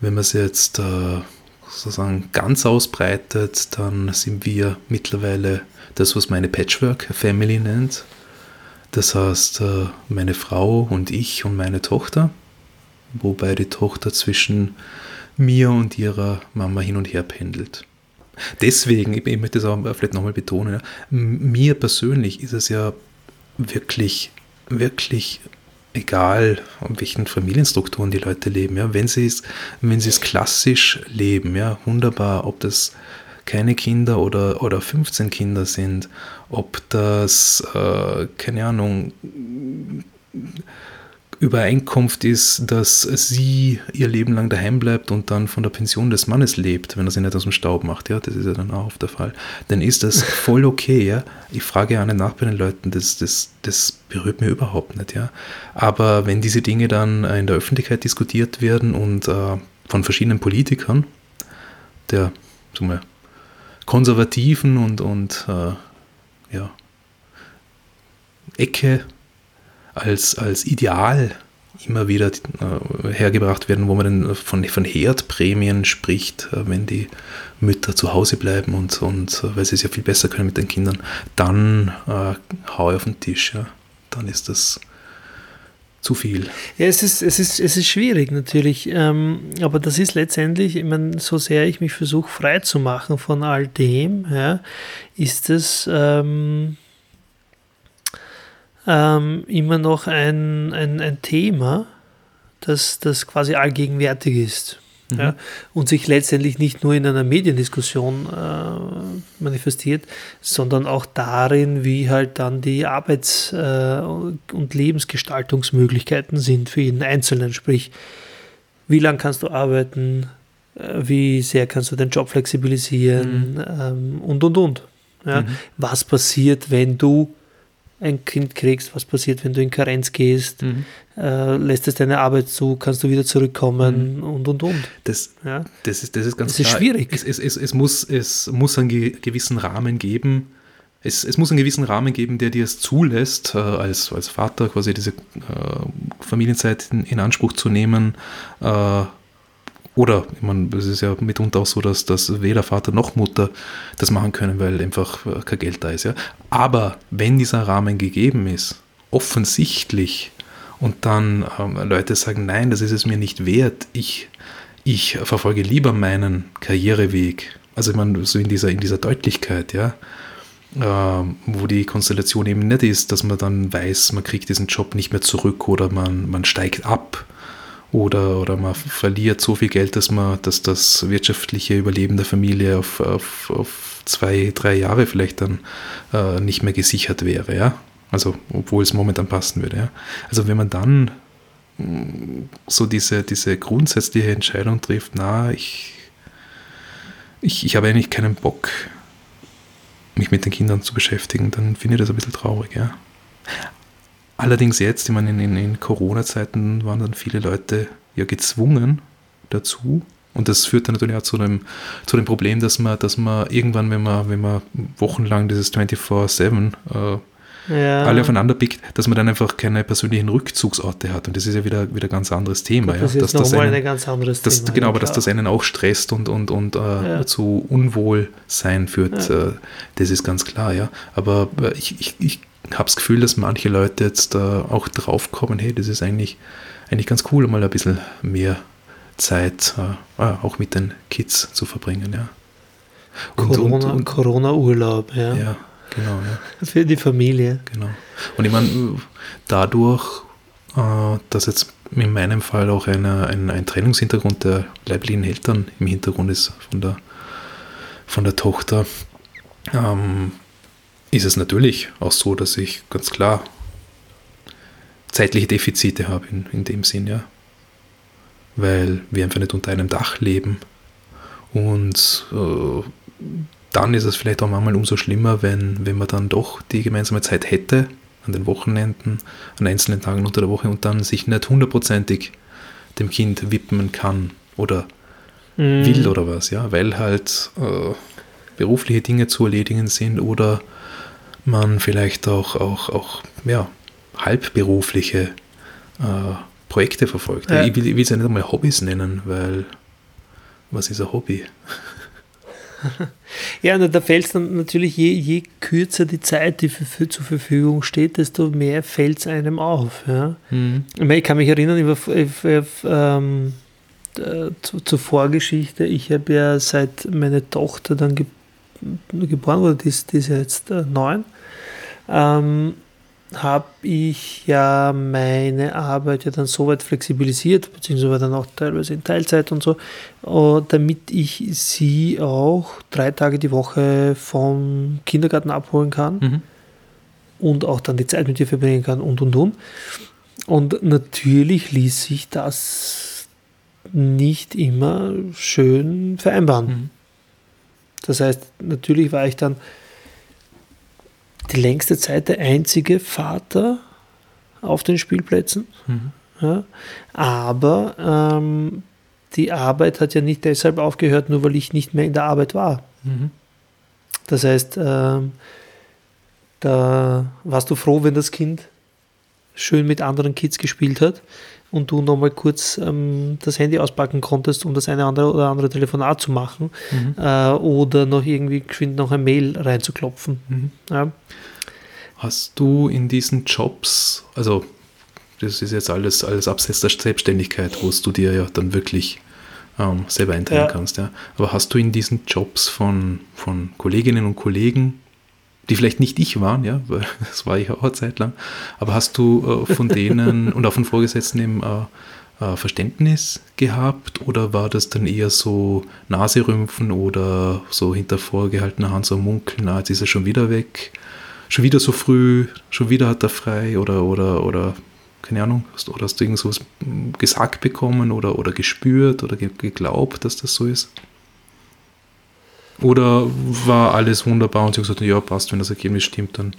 wenn man es jetzt äh, sozusagen ganz ausbreitet, dann sind wir mittlerweile das, was meine Patchwork-Family nennt. Das heißt, äh, meine Frau und ich und meine Tochter wobei die Tochter zwischen mir und ihrer Mama hin und her pendelt. Deswegen, ich, ich möchte das auch vielleicht nochmal betonen, ja, m- mir persönlich ist es ja wirklich, wirklich egal, in welchen Familienstrukturen die Leute leben. Ja. Wenn sie es, wenn sie es klassisch leben, ja, wunderbar, ob das keine Kinder oder, oder 15 Kinder sind, ob das, äh, keine Ahnung, Übereinkunft ist, dass sie ihr Leben lang daheim bleibt und dann von der Pension des Mannes lebt, wenn er sie nicht aus dem Staub macht, ja, das ist ja dann auch oft der Fall, dann ist das voll okay, ja. Ich frage ja auch nicht nach bei den Leuten, das, das, das berührt mir überhaupt nicht, ja. Aber wenn diese Dinge dann äh, in der Öffentlichkeit diskutiert werden und äh, von verschiedenen Politikern, der, sagen wir, konservativen und, und äh, ja, Ecke als, als Ideal immer wieder äh, hergebracht werden, wo man dann von, von Herdprämien spricht, äh, wenn die Mütter zu Hause bleiben und, und äh, weil sie es ja viel besser können mit den Kindern, dann äh, hau ich auf den Tisch. Ja. Dann ist das zu viel.
Ja, es ist, es ist, es ist schwierig natürlich, ähm, aber das ist letztendlich, ich meine, so sehr ich mich versuche frei zu machen von all dem, ja, ist es... Ähm ähm, immer noch ein, ein, ein Thema, das, das quasi allgegenwärtig ist. Mhm. Ja, und sich letztendlich nicht nur in einer Mediendiskussion äh, manifestiert, sondern auch darin, wie halt dann die Arbeits- äh, und Lebensgestaltungsmöglichkeiten sind für jeden Einzelnen. Sprich, wie lange kannst du arbeiten, äh, wie sehr kannst du deinen Job flexibilisieren mhm. ähm, und und und. Ja, mhm. Was passiert, wenn du ein Kind kriegst, was passiert, wenn du in Karenz gehst, mhm. äh, lässt es deine Arbeit zu, kannst du wieder zurückkommen mhm. und und und.
Das, ja? das, ist, das ist ganz
das ist schwierig.
Es, es, es, es, muss, es muss einen ge- gewissen Rahmen geben. Es, es muss einen gewissen Rahmen geben, der dir es zulässt, äh, als, als Vater quasi diese äh, Familienzeit in, in, Anspruch zu nehmen. äh, Oder, ich meine, es ist ja mitunter auch so, dass, dass weder Vater noch Mutter das machen können, weil einfach äh, kein Geld da ist. Ja? Aber wenn dieser Rahmen gegeben ist, offensichtlich, und dann ähm, Leute sagen, nein, das ist es mir nicht wert, ich, ich verfolge lieber meinen Karriereweg. Also ich meine, so in dieser, in dieser Deutlichkeit, ja. Ähm, wo die Konstellation eben nicht ist, dass man dann weiß, man kriegt diesen Job nicht mehr zurück oder man, man steigt ab oder, oder man verliert so viel Geld, dass man, dass das wirtschaftliche Überleben der Familie auf, auf, auf zwei, drei Jahre vielleicht dann äh, nicht mehr gesichert wäre, ja. Also, obwohl es momentan passen würde, ja. Also wenn man dann mh, so diese, diese grundsätzliche Entscheidung trifft, na, ich, ich, ich habe eigentlich keinen Bock, mich mit den Kindern zu beschäftigen, dann finde ich das ein bisschen traurig, ja. Allerdings jetzt, ich meine, in, in, Corona-Zeiten waren dann viele Leute ja gezwungen dazu. Und das führt dann natürlich auch zu dem, zu dem Problem, dass man, dass man irgendwann, wenn man, wenn man wochenlang dieses 24-7 äh,
Ah.
ja. alle aufeinander pickt, dass man dann einfach keine persönlichen Rückzugsorte hat. Und das ist ja wieder, wieder ein ganz anderes Thema.
Das
ja.
ist dass, nochmal das ein ganz anderes
dass,
Thema.
Genau, aber dass das einen auch stresst und, und, und äh, ja. zu Unwohlsein führt, äh, das ist ganz klar, ja. Aber äh, ich, ich, ich habe das Gefühl, dass manche Leute jetzt äh, auch draufkommen, hey, das ist eigentlich, eigentlich ganz cool, mal ein bisschen mehr Zeit äh, auch mit den Kids zu verbringen, ja.
Und, Corona, und, und, Corona-Urlaub, ja.
Ja, genau. Ja.
Für die Familie.
Genau. Und ich meine, dadurch, äh, dass jetzt in meinem Fall auch eine, ein, ein Trennungshintergrund der leiblichen Eltern im Hintergrund ist von der, von der Tochter, ähm, ist es natürlich auch so, dass ich ganz klar zeitliche Defizite habe in, in dem Sinn, ja. Weil wir einfach nicht unter einem Dach leben. Und äh, dann ist es vielleicht auch manchmal umso schlimmer, wenn, wenn man dann doch die gemeinsame Zeit hätte, an den Wochenenden, an einzelnen Tagen unter der Woche und dann sich nicht hundertprozentig dem Kind widmen kann oder mm. will oder was, ja. Weil halt äh, berufliche Dinge zu erledigen sind oder man vielleicht auch, auch, auch ja, halbberufliche äh, Projekte verfolgt. Ja. Ich will es ja nicht einmal Hobbys nennen, weil was ist ein Hobby?
Ja, na, da fällt es dann natürlich, je, je kürzer die Zeit, die für, für, zur Verfügung steht, desto mehr fällt es einem auf. Ja?
Mhm.
Ich, meine, ich kann mich erinnern, ich war, f- ich, ich, ähm, äh, zu, zur Vorgeschichte, ich habe ja seit meine Tochter dann ge geboren wurde, die ist, die ist ja jetzt äh, neun, ähm, habe ich ja meine Arbeit ja dann soweit flexibilisiert, beziehungsweise dann auch teilweise in Teilzeit und so, äh, damit ich sie auch drei Tage die Woche vom Kindergarten abholen kann
Mhm.
und auch dann die Zeit mit ihr verbringen kann und und und. Und natürlich ließ sich das nicht immer schön vereinbaren.
Mhm.
Das heißt, natürlich war ich dann die längste Zeit der einzige Vater auf den Spielplätzen.
Mhm.
Ja? Aber ähm, die Arbeit hat ja nicht deshalb aufgehört, nur weil ich nicht mehr in der Arbeit war.
Mhm.
Das heißt, ähm, da warst du froh, wenn das Kind schön mit anderen Kids gespielt hat und du nochmal kurz ähm, das Handy auspacken konntest, um das eine andere oder andere Telefonat zu machen
Mhm.
äh, oder noch irgendwie geschwind noch ein Mail reinzuklopfen.
Mhm.
Ja.
Hast du in diesen Jobs, also das ist jetzt alles, alles abseits der Selbstständigkeit, wo du dir ja dann wirklich ähm, selber einteilen
Ja.
kannst, ja. Aber hast du in diesen Jobs von, von Kolleginnen und Kollegen, die vielleicht nicht ich waren, ja, weil <laughs> das war ich auch eine Zeit lang, aber hast du äh, von denen und auch von Vorgesetzten eben äh, äh, Verständnis gehabt oder war das dann eher so Naserümpfen oder so hinter vorgehaltener Hand so munkeln, na, jetzt ist er schon wieder weg? schon wieder so früh, schon wieder hat er frei oder, oder, oder keine Ahnung, hast, oder hast du irgend sowas mm, gesagt bekommen oder, oder gespürt oder ge geglaubt, dass das so ist? Oder war alles wunderbar und sie haben gesagt, ja, passt, wenn das Ergebnis stimmt, dann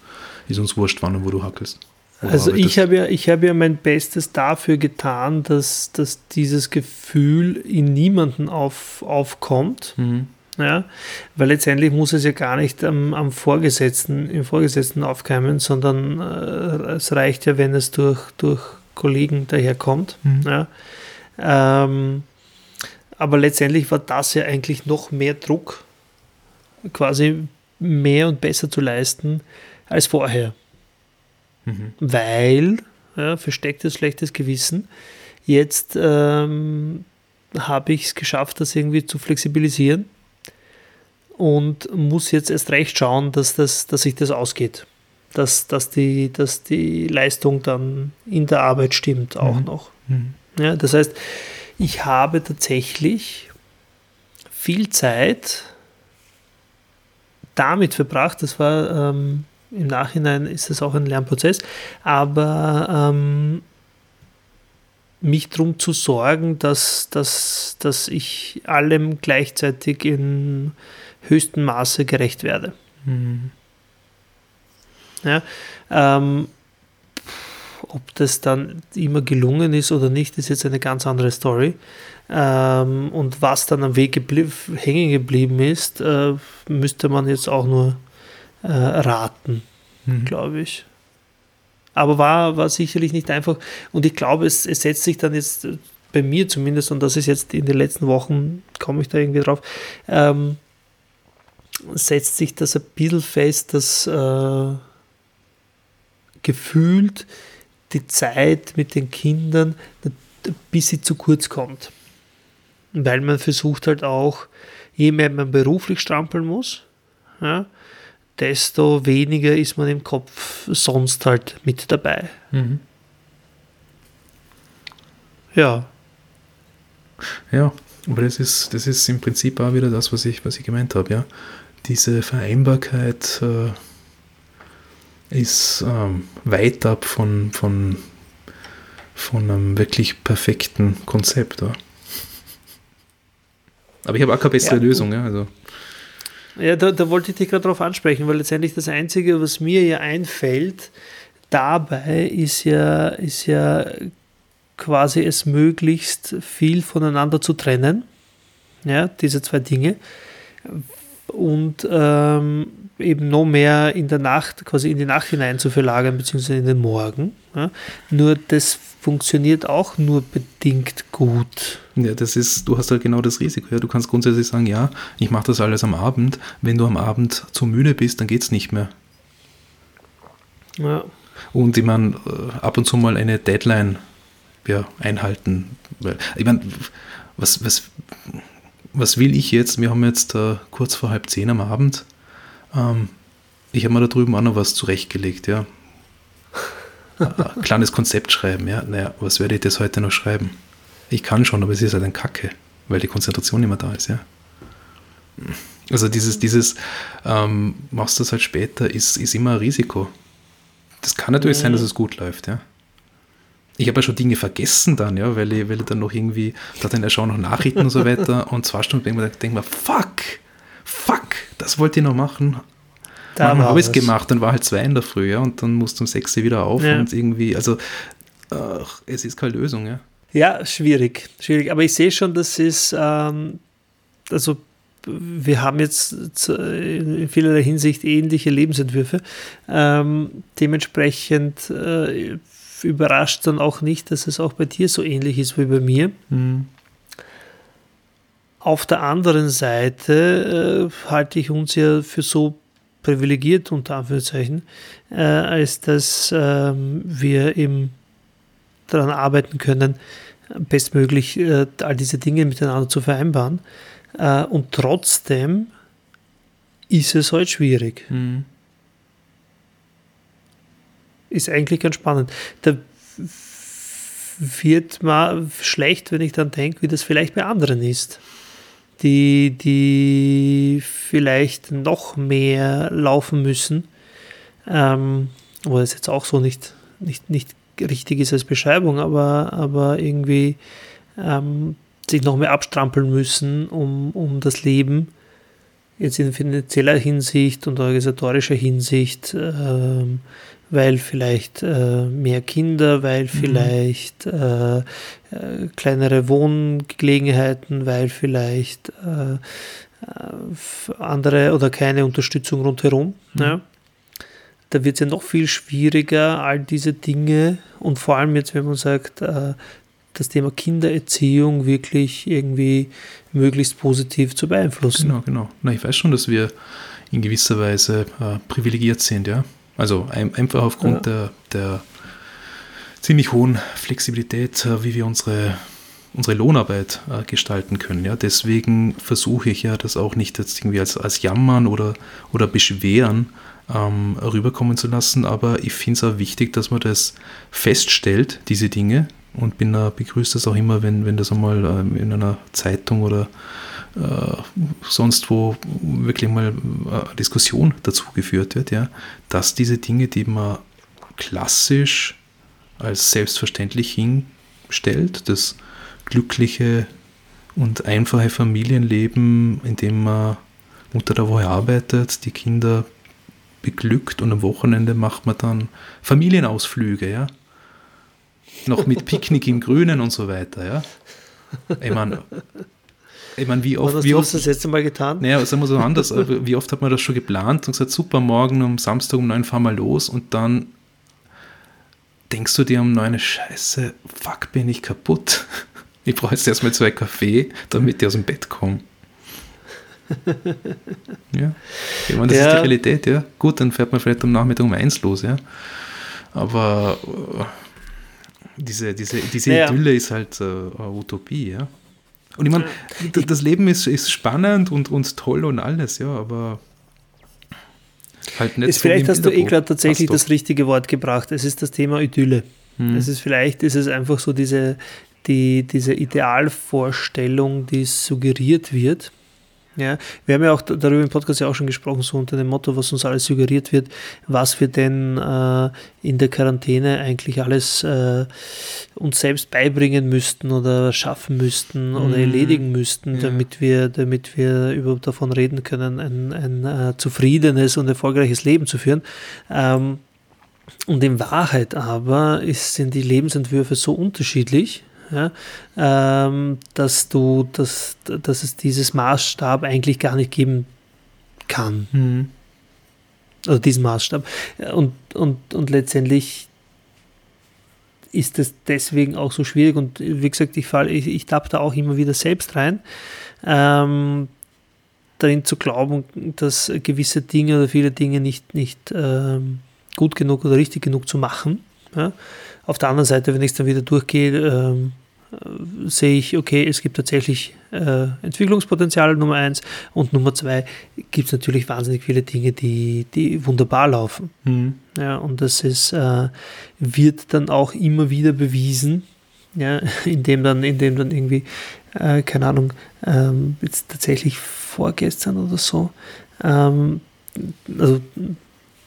ist uns wurscht, wann und wo du hackelst. Oder
Also
arbeitest.
ich habe ja, ich habe ja mein Bestes dafür getan, dass, dass dieses Gefühl in niemanden auf, aufkommt.
Mhm.
Ja, weil letztendlich muss es ja gar nicht am, am Vorgesetzten, im Vorgesetzten aufkeimen, sondern äh, es reicht ja, wenn es durch, durch Kollegen daherkommt.
Mhm.
Ja. Ähm, aber letztendlich war das ja eigentlich noch mehr Druck, quasi mehr und besser zu leisten als vorher
Mhm.
weil ja, verstecktes schlechtes Gewissen. Jetzt ähm, habe ich es geschafft, das irgendwie zu flexibilisieren und muss jetzt erst recht schauen, dass, das, dass sich das ausgeht. Dass, dass, die, dass die Leistung dann in der Arbeit stimmt auch
Mhm.
noch.
Mhm.
Ja, das heißt, ich habe tatsächlich viel Zeit damit verbracht. Das war ähm, im Nachhinein ist es auch ein Lernprozess, aber ähm, mich darum zu sorgen, dass, dass, dass ich allem gleichzeitig in höchstem Maße gerecht werde.
Mhm.
Ähm, ob das dann immer gelungen ist oder nicht, ist jetzt eine ganz andere Story. Ähm, und was dann am Weg geblieb, hängen geblieben ist, äh, müsste man jetzt auch nur äh, raten,
Mhm.
glaube ich. Aber war, war sicherlich nicht einfach. Und ich glaube, es, es setzt sich dann jetzt äh, bei mir zumindest, und das ist jetzt in den letzten Wochen, komme ich da irgendwie drauf, ähm, setzt sich das ein bisschen fest, dass äh, gefühlt die Zeit mit den Kindern ein bisschen zu kurz kommt. Weil man versucht halt auch, je mehr man beruflich strampeln muss, ja, desto weniger ist man im Kopf sonst halt mit dabei.
Mhm.
Ja,
Ja, aber das ist, das ist im Prinzip auch wieder das, was ich, was ich gemeint habe, ja. Diese Vereinbarkeit äh, ist ähm, weit ab von, von, von einem wirklich perfekten Konzept. Ja. Aber ich habe auch keine bessere
Ja.
Lösung, ja. Also,
Ja, da, da wollte ich dich gerade drauf ansprechen, weil letztendlich das Einzige, was mir ja einfällt, dabei ist ja, ist ja quasi es möglichst viel voneinander zu trennen, ja, diese zwei Dinge. Und ähm, eben noch mehr in der Nacht, quasi in die Nacht hinein zu verlagern, beziehungsweise in den Morgen. Ja? Nur das funktioniert auch nur bedingt gut.
Ja, das ist, du hast halt genau das Risiko. Ja, du kannst grundsätzlich sagen, ja, ich mache das alles am Abend. Wenn du am Abend zu müde bist, dann geht es nicht mehr.
Ja.
Und ich meine, äh, ab und zu mal eine Deadline ja, einhalten. Weil, ich meine, was, was, was will ich jetzt? Wir haben jetzt äh, kurz vor halb zehn am Abend. Ähm, ich habe mir da drüben auch noch was zurechtgelegt, ja. Äh, kleines Konzept schreiben, ja. Naja, was werde ich das heute noch schreiben? Ich kann schon, aber es ist halt ein Kacke, weil die Konzentration immer da ist, ja. Also dieses, dieses, ähm, machst du das halt später, ist, ist immer ein Risiko. Das kann natürlich sein,
Mhm.
dass es gut läuft, ja. Ich habe ja schon Dinge vergessen dann, ja, weil ich, weil ich dann noch irgendwie, da dann erschau noch Nachrichten und so
<laughs>
weiter und zwei Stunden denke ich mir, denk mir, fuck, fuck, das wollte ich noch machen.
Da
Manchmal
war
habe ich es
was.
gemacht, dann war halt zwei in der Früh, ja, und dann musst du um sechs wieder auf
Ja.
und irgendwie, also, ach, es ist keine Lösung, ja.
Ja, schwierig, schwierig. Aber ich sehe schon, das ist, ähm, also wir haben jetzt zu- in in vielerlei Hinsicht ähnliche Lebensentwürfe. Ähm, dementsprechend äh, überrascht dann auch nicht, dass es auch bei dir so ähnlich ist wie bei mir. Auf der anderen Seite äh, halte ich uns ja für so privilegiert, unter Anführungszeichen, äh, als dass ähm, wir eben daran arbeiten können, bestmöglich äh, all diese Dinge miteinander zu vereinbaren. Äh, und trotzdem ist es halt schwierig. Ist eigentlich ganz spannend. Da wird mal schlecht, wenn ich dann denke, wie das vielleicht bei anderen ist. Die, die vielleicht noch mehr laufen müssen, ähm, obwohl das jetzt auch so nicht, nicht, nicht richtig ist als Beschreibung, aber, aber irgendwie ähm, sich noch mehr abstrampeln müssen, um, um das Leben jetzt in finanzieller Hinsicht und organisatorischer Hinsicht, ähm, weil vielleicht äh, mehr Kinder, weil vielleicht äh, äh, kleinere Wohngelegenheiten, weil vielleicht äh, äh, f- andere oder keine Unterstützung rundherum. Ja da wird es ja noch viel schwieriger, all diese Dinge und vor allem jetzt, wenn man sagt, äh, das Thema Kindererziehung wirklich irgendwie möglichst positiv zu beeinflussen.
Genau, genau. Na, ich weiß schon, dass wir in gewisser Weise äh, privilegiert sind, ja. Also ein, einfach aufgrund der, der ziemlich hohen Flexibilität, äh, wie wir unsere, unsere Lohnarbeit äh, gestalten können. Ja. Deswegen versuche ich ja, das auch nicht jetzt irgendwie als, als Jammern oder, oder Beschweren ähm, rüberkommen zu lassen, aber ich finde es auch wichtig, dass man das feststellt, diese Dinge. Und bin da begrüßt das auch immer, wenn, wenn das einmal ähm, in einer Zeitung oder äh, sonst wo wirklich mal äh, Diskussion dazu geführt wird, ja, dass diese Dinge, die man klassisch als selbstverständlich hinstellt, das glückliche und einfache Familienleben, in dem man unter der Woche arbeitet, die Kinder beglückt und am Wochenende macht man dann Familienausflüge, ja. Noch mit Picknick im Grünen und so weiter, ja. Ich meine, ich mein, wie
Was
oft,
hast
wie
du
oft
das letzte Mal getan?
naja, sagen wir so anders. aber Wie oft hat man das schon geplant und gesagt, super, morgen am Samstag um neun fahren wir los und dann denkst du dir um neun, scheiße, fuck, bin ich kaputt. <laughs> Ich brauche jetzt erstmal zwei Kaffee, damit ich aus dem Bett
<laughs>
komme. ja, ich meine, das ist
Ja.
die Realität, ja. Gut, dann fährt man vielleicht am Nachmittag um eins los, ja. Aber äh, diese, diese, diese
Naja.
Idylle ist halt äh, eine Utopie, ja. Und ich meine, d- das Leben ist, ist spannend und, und toll und alles, ja, aber halt nicht
Ist
so
vielleicht
wie im
hast du eh
Bilderbuch.
gerade tatsächlich
Passt
das richtige Wort gebracht. Es ist das Thema Idylle.
Mhm.
Es ist vielleicht ist es einfach so diese, die, diese Idealvorstellung, die suggeriert wird. Ja, wir haben ja auch d- darüber im Podcast ja auch schon gesprochen, so unter dem Motto, was uns alles suggeriert wird, was wir denn äh, in der Quarantäne eigentlich alles äh, uns selbst beibringen müssten oder schaffen müssten oder
Mhm.
erledigen müssten,
Ja.
damit wir, damit wir überhaupt davon reden können, ein, ein äh, zufriedenes und erfolgreiches Leben zu führen. Ähm, und in Wahrheit aber ist, sind die Lebensentwürfe so unterschiedlich, ja, ähm, dass du, dass, dass es dieses Maßstab eigentlich gar nicht geben kann.
doch. Mhm.
also diesen Maßstab. Und, und, und letztendlich ist es deswegen auch so schwierig. Und wie gesagt, ich, fall, ich, ich tapp da auch immer wieder selbst rein, ähm, darin zu glauben, dass gewisse Dinge oder viele Dinge nicht, nicht ähm, gut genug oder richtig genug zu machen. Ja? Auf der anderen Seite, wenn ich es dann wieder durchgehe, ähm, äh, sehe ich, okay, es gibt tatsächlich äh, Entwicklungspotenzial Nummer eins und Nummer zwei gibt es natürlich wahnsinnig viele Dinge, die, die wunderbar laufen.
Mhm.
Ja, und das ist, äh, wird dann auch immer wieder bewiesen, ja, <laughs> indem dann, indem dann irgendwie, äh, keine Ahnung, ähm, jetzt tatsächlich vorgestern oder so, ähm, also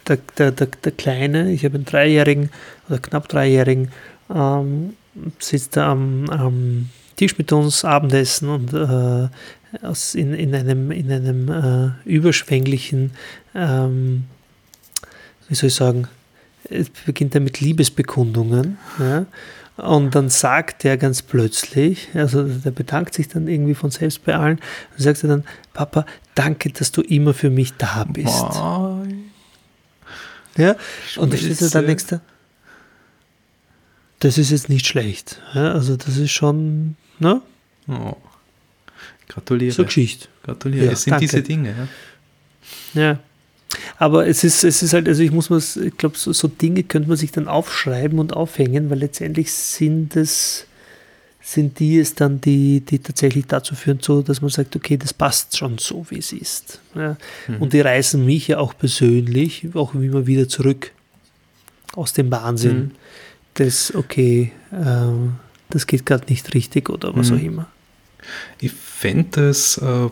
der, der, der, der Kleine, ich habe einen Dreijährigen oder knapp Dreijährigen, ähm, sitzt da am, am Tisch mit uns, Abendessen und äh, aus, in, in einem, in einem äh, überschwänglichen, ähm, wie soll ich sagen, es beginnt er mit Liebesbekundungen. Ja? Und dann sagt er ganz plötzlich, also der bedankt sich dann irgendwie von selbst bei allen und sagt er dann, Papa, danke, dass du immer für mich da bist.
Moin.
Ja? Und da steht
Schmelze.
da der nächste. Das ist jetzt nicht schlecht. Ja? Also das ist schon, ne?
Oh. Gratuliere.
So Geschichte.
Gratuliere.
Ja,
es sind
danke.
diese Dinge. Ja.
Ja. Aber es ist, es ist halt, also ich muss mal, s- ich glaube, so, so Dinge könnte man sich dann aufschreiben und aufhängen, weil letztendlich sind es, sind die es dann, die, die tatsächlich dazu führen, so, dass man sagt, okay, das passt schon so, wie es ist. Ja.
Mhm.
Und die reißen mich ja auch persönlich auch immer wieder zurück aus dem Wahnsinn
Mhm.
des, okay, ähm, das geht gerade nicht richtig oder was
Mhm.
auch immer.
Ich fände es äh,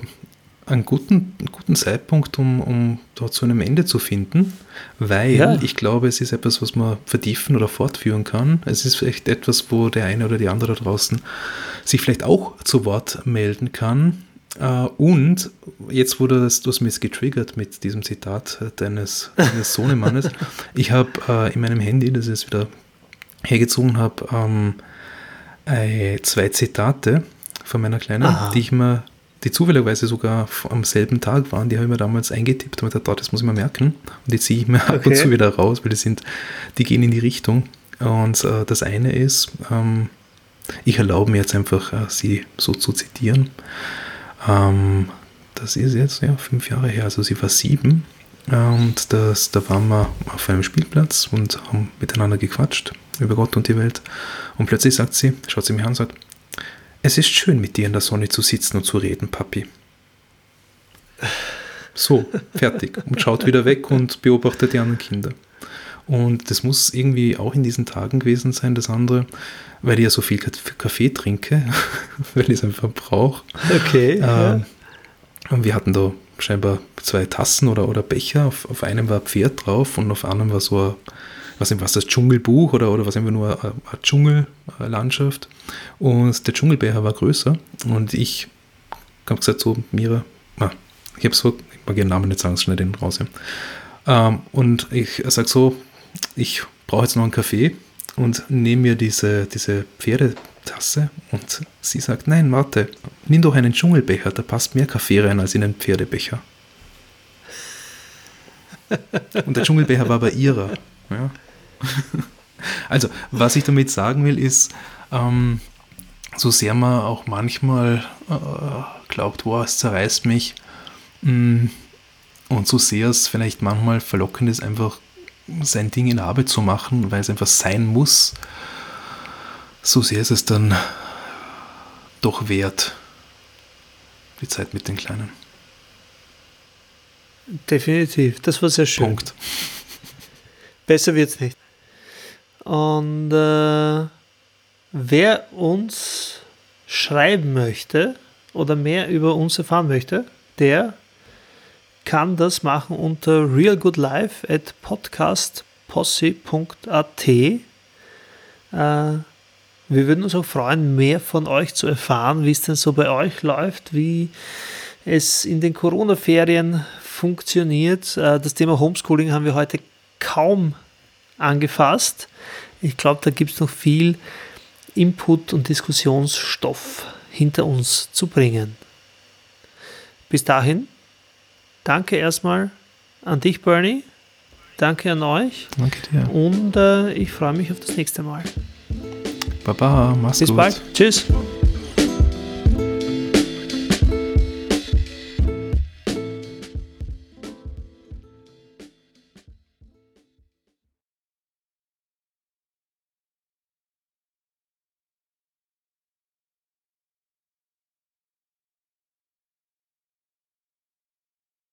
einen guten, einen guten Zeitpunkt, um, um dort zu einem Ende zu finden, weil
Ja.
ich glaube, es ist etwas, was man vertiefen oder fortführen kann. Es ist vielleicht etwas, wo der eine oder die andere da draußen sich vielleicht auch zu Wort melden kann. Äh, und jetzt wurde das, du hast mich jetzt getriggert mit diesem Zitat äh, deines, deines Sohnemannes. Ich habe äh, in meinem Handy, das ich jetzt wieder hergezogen habe, ähm, äh, zwei Zitate von meiner Kleinen,
Aha.
die ich mir, die zufälligerweise sogar f- am selben Tag waren, die habe ich mir damals eingetippt und mir gedacht, "Ah, das muss ich mir merken. Und die ziehe ich mir ab und
Okay.
zu wieder raus, weil die sind, die gehen in die Richtung. Und äh, das eine ist, ähm, ich erlaube mir jetzt einfach, äh, sie so zu zitieren. Ähm, das ist jetzt ja fünf Jahre her, also sie war sieben. Und das, da waren wir auf einem Spielplatz und haben miteinander gequatscht über Gott und die Welt. Und plötzlich sagt sie, schaut sie mich an und sagt, es ist schön, mit dir in der Sonne zu sitzen und zu reden, Papi. So, fertig. Und schaut wieder weg und beobachtet die anderen Kinder. Und das muss irgendwie auch in diesen Tagen gewesen sein, das andere, weil ich ja so viel Kaff- Kaffee trinke, <laughs> weil ich es einfach brauche.
Okay.
Ähm, und wir hatten da scheinbar zwei Tassen oder, oder Becher. Auf, auf einem war ein Pferd drauf und auf anderem war so ein, was was das Dschungelbuch oder, oder was immer nur eine, eine Dschungellandschaft. Und der Dschungelbecher war größer und ich habe gesagt, so, Mira, ah, ich habe so, ich mag ihren Namen nicht sagen, schnell den raus. Ja. Ähm, und ich sage so, ich brauche jetzt noch einen Kaffee und nehme mir diese, diese Pferdetasse und sie sagt, nein, warte, nimm doch einen Dschungelbecher, da passt mehr Kaffee rein als in einen Pferdebecher. Und der Dschungelbecher war bei ihrer. Ja. Also, was ich damit sagen will, ist, ähm, so sehr man auch manchmal äh, glaubt, wow, es zerreißt mich, mm, und so sehr es vielleicht manchmal verlockend ist, einfach sein Ding in der Arbeit zu machen, weil es einfach sein muss, so sehr ist es dann doch wert, die Zeit mit den Kleinen.
Definitiv. Das war sehr schön.
Punkt.
Besser wird's nicht. Und äh, wer uns schreiben möchte oder mehr über uns erfahren möchte, der kann das machen unter realgoodlife at podcastposse.at. Äh, wir würden uns auch freuen, mehr von euch zu erfahren, wie es denn so bei euch läuft, wie es in den Corona-Ferien funktioniert. Äh, Das Thema Homeschooling haben wir heute kaum angefasst. Ich glaube, da gibt es noch viel Input und Diskussionsstoff hinter uns zu bringen. Bis dahin, danke erstmal an dich, Bernie, Danke an euch.
Danke dir.
Und äh, ich freue mich auf das nächste Mal.
Baba, mach's
Bis
gut.
bald. Tschüss.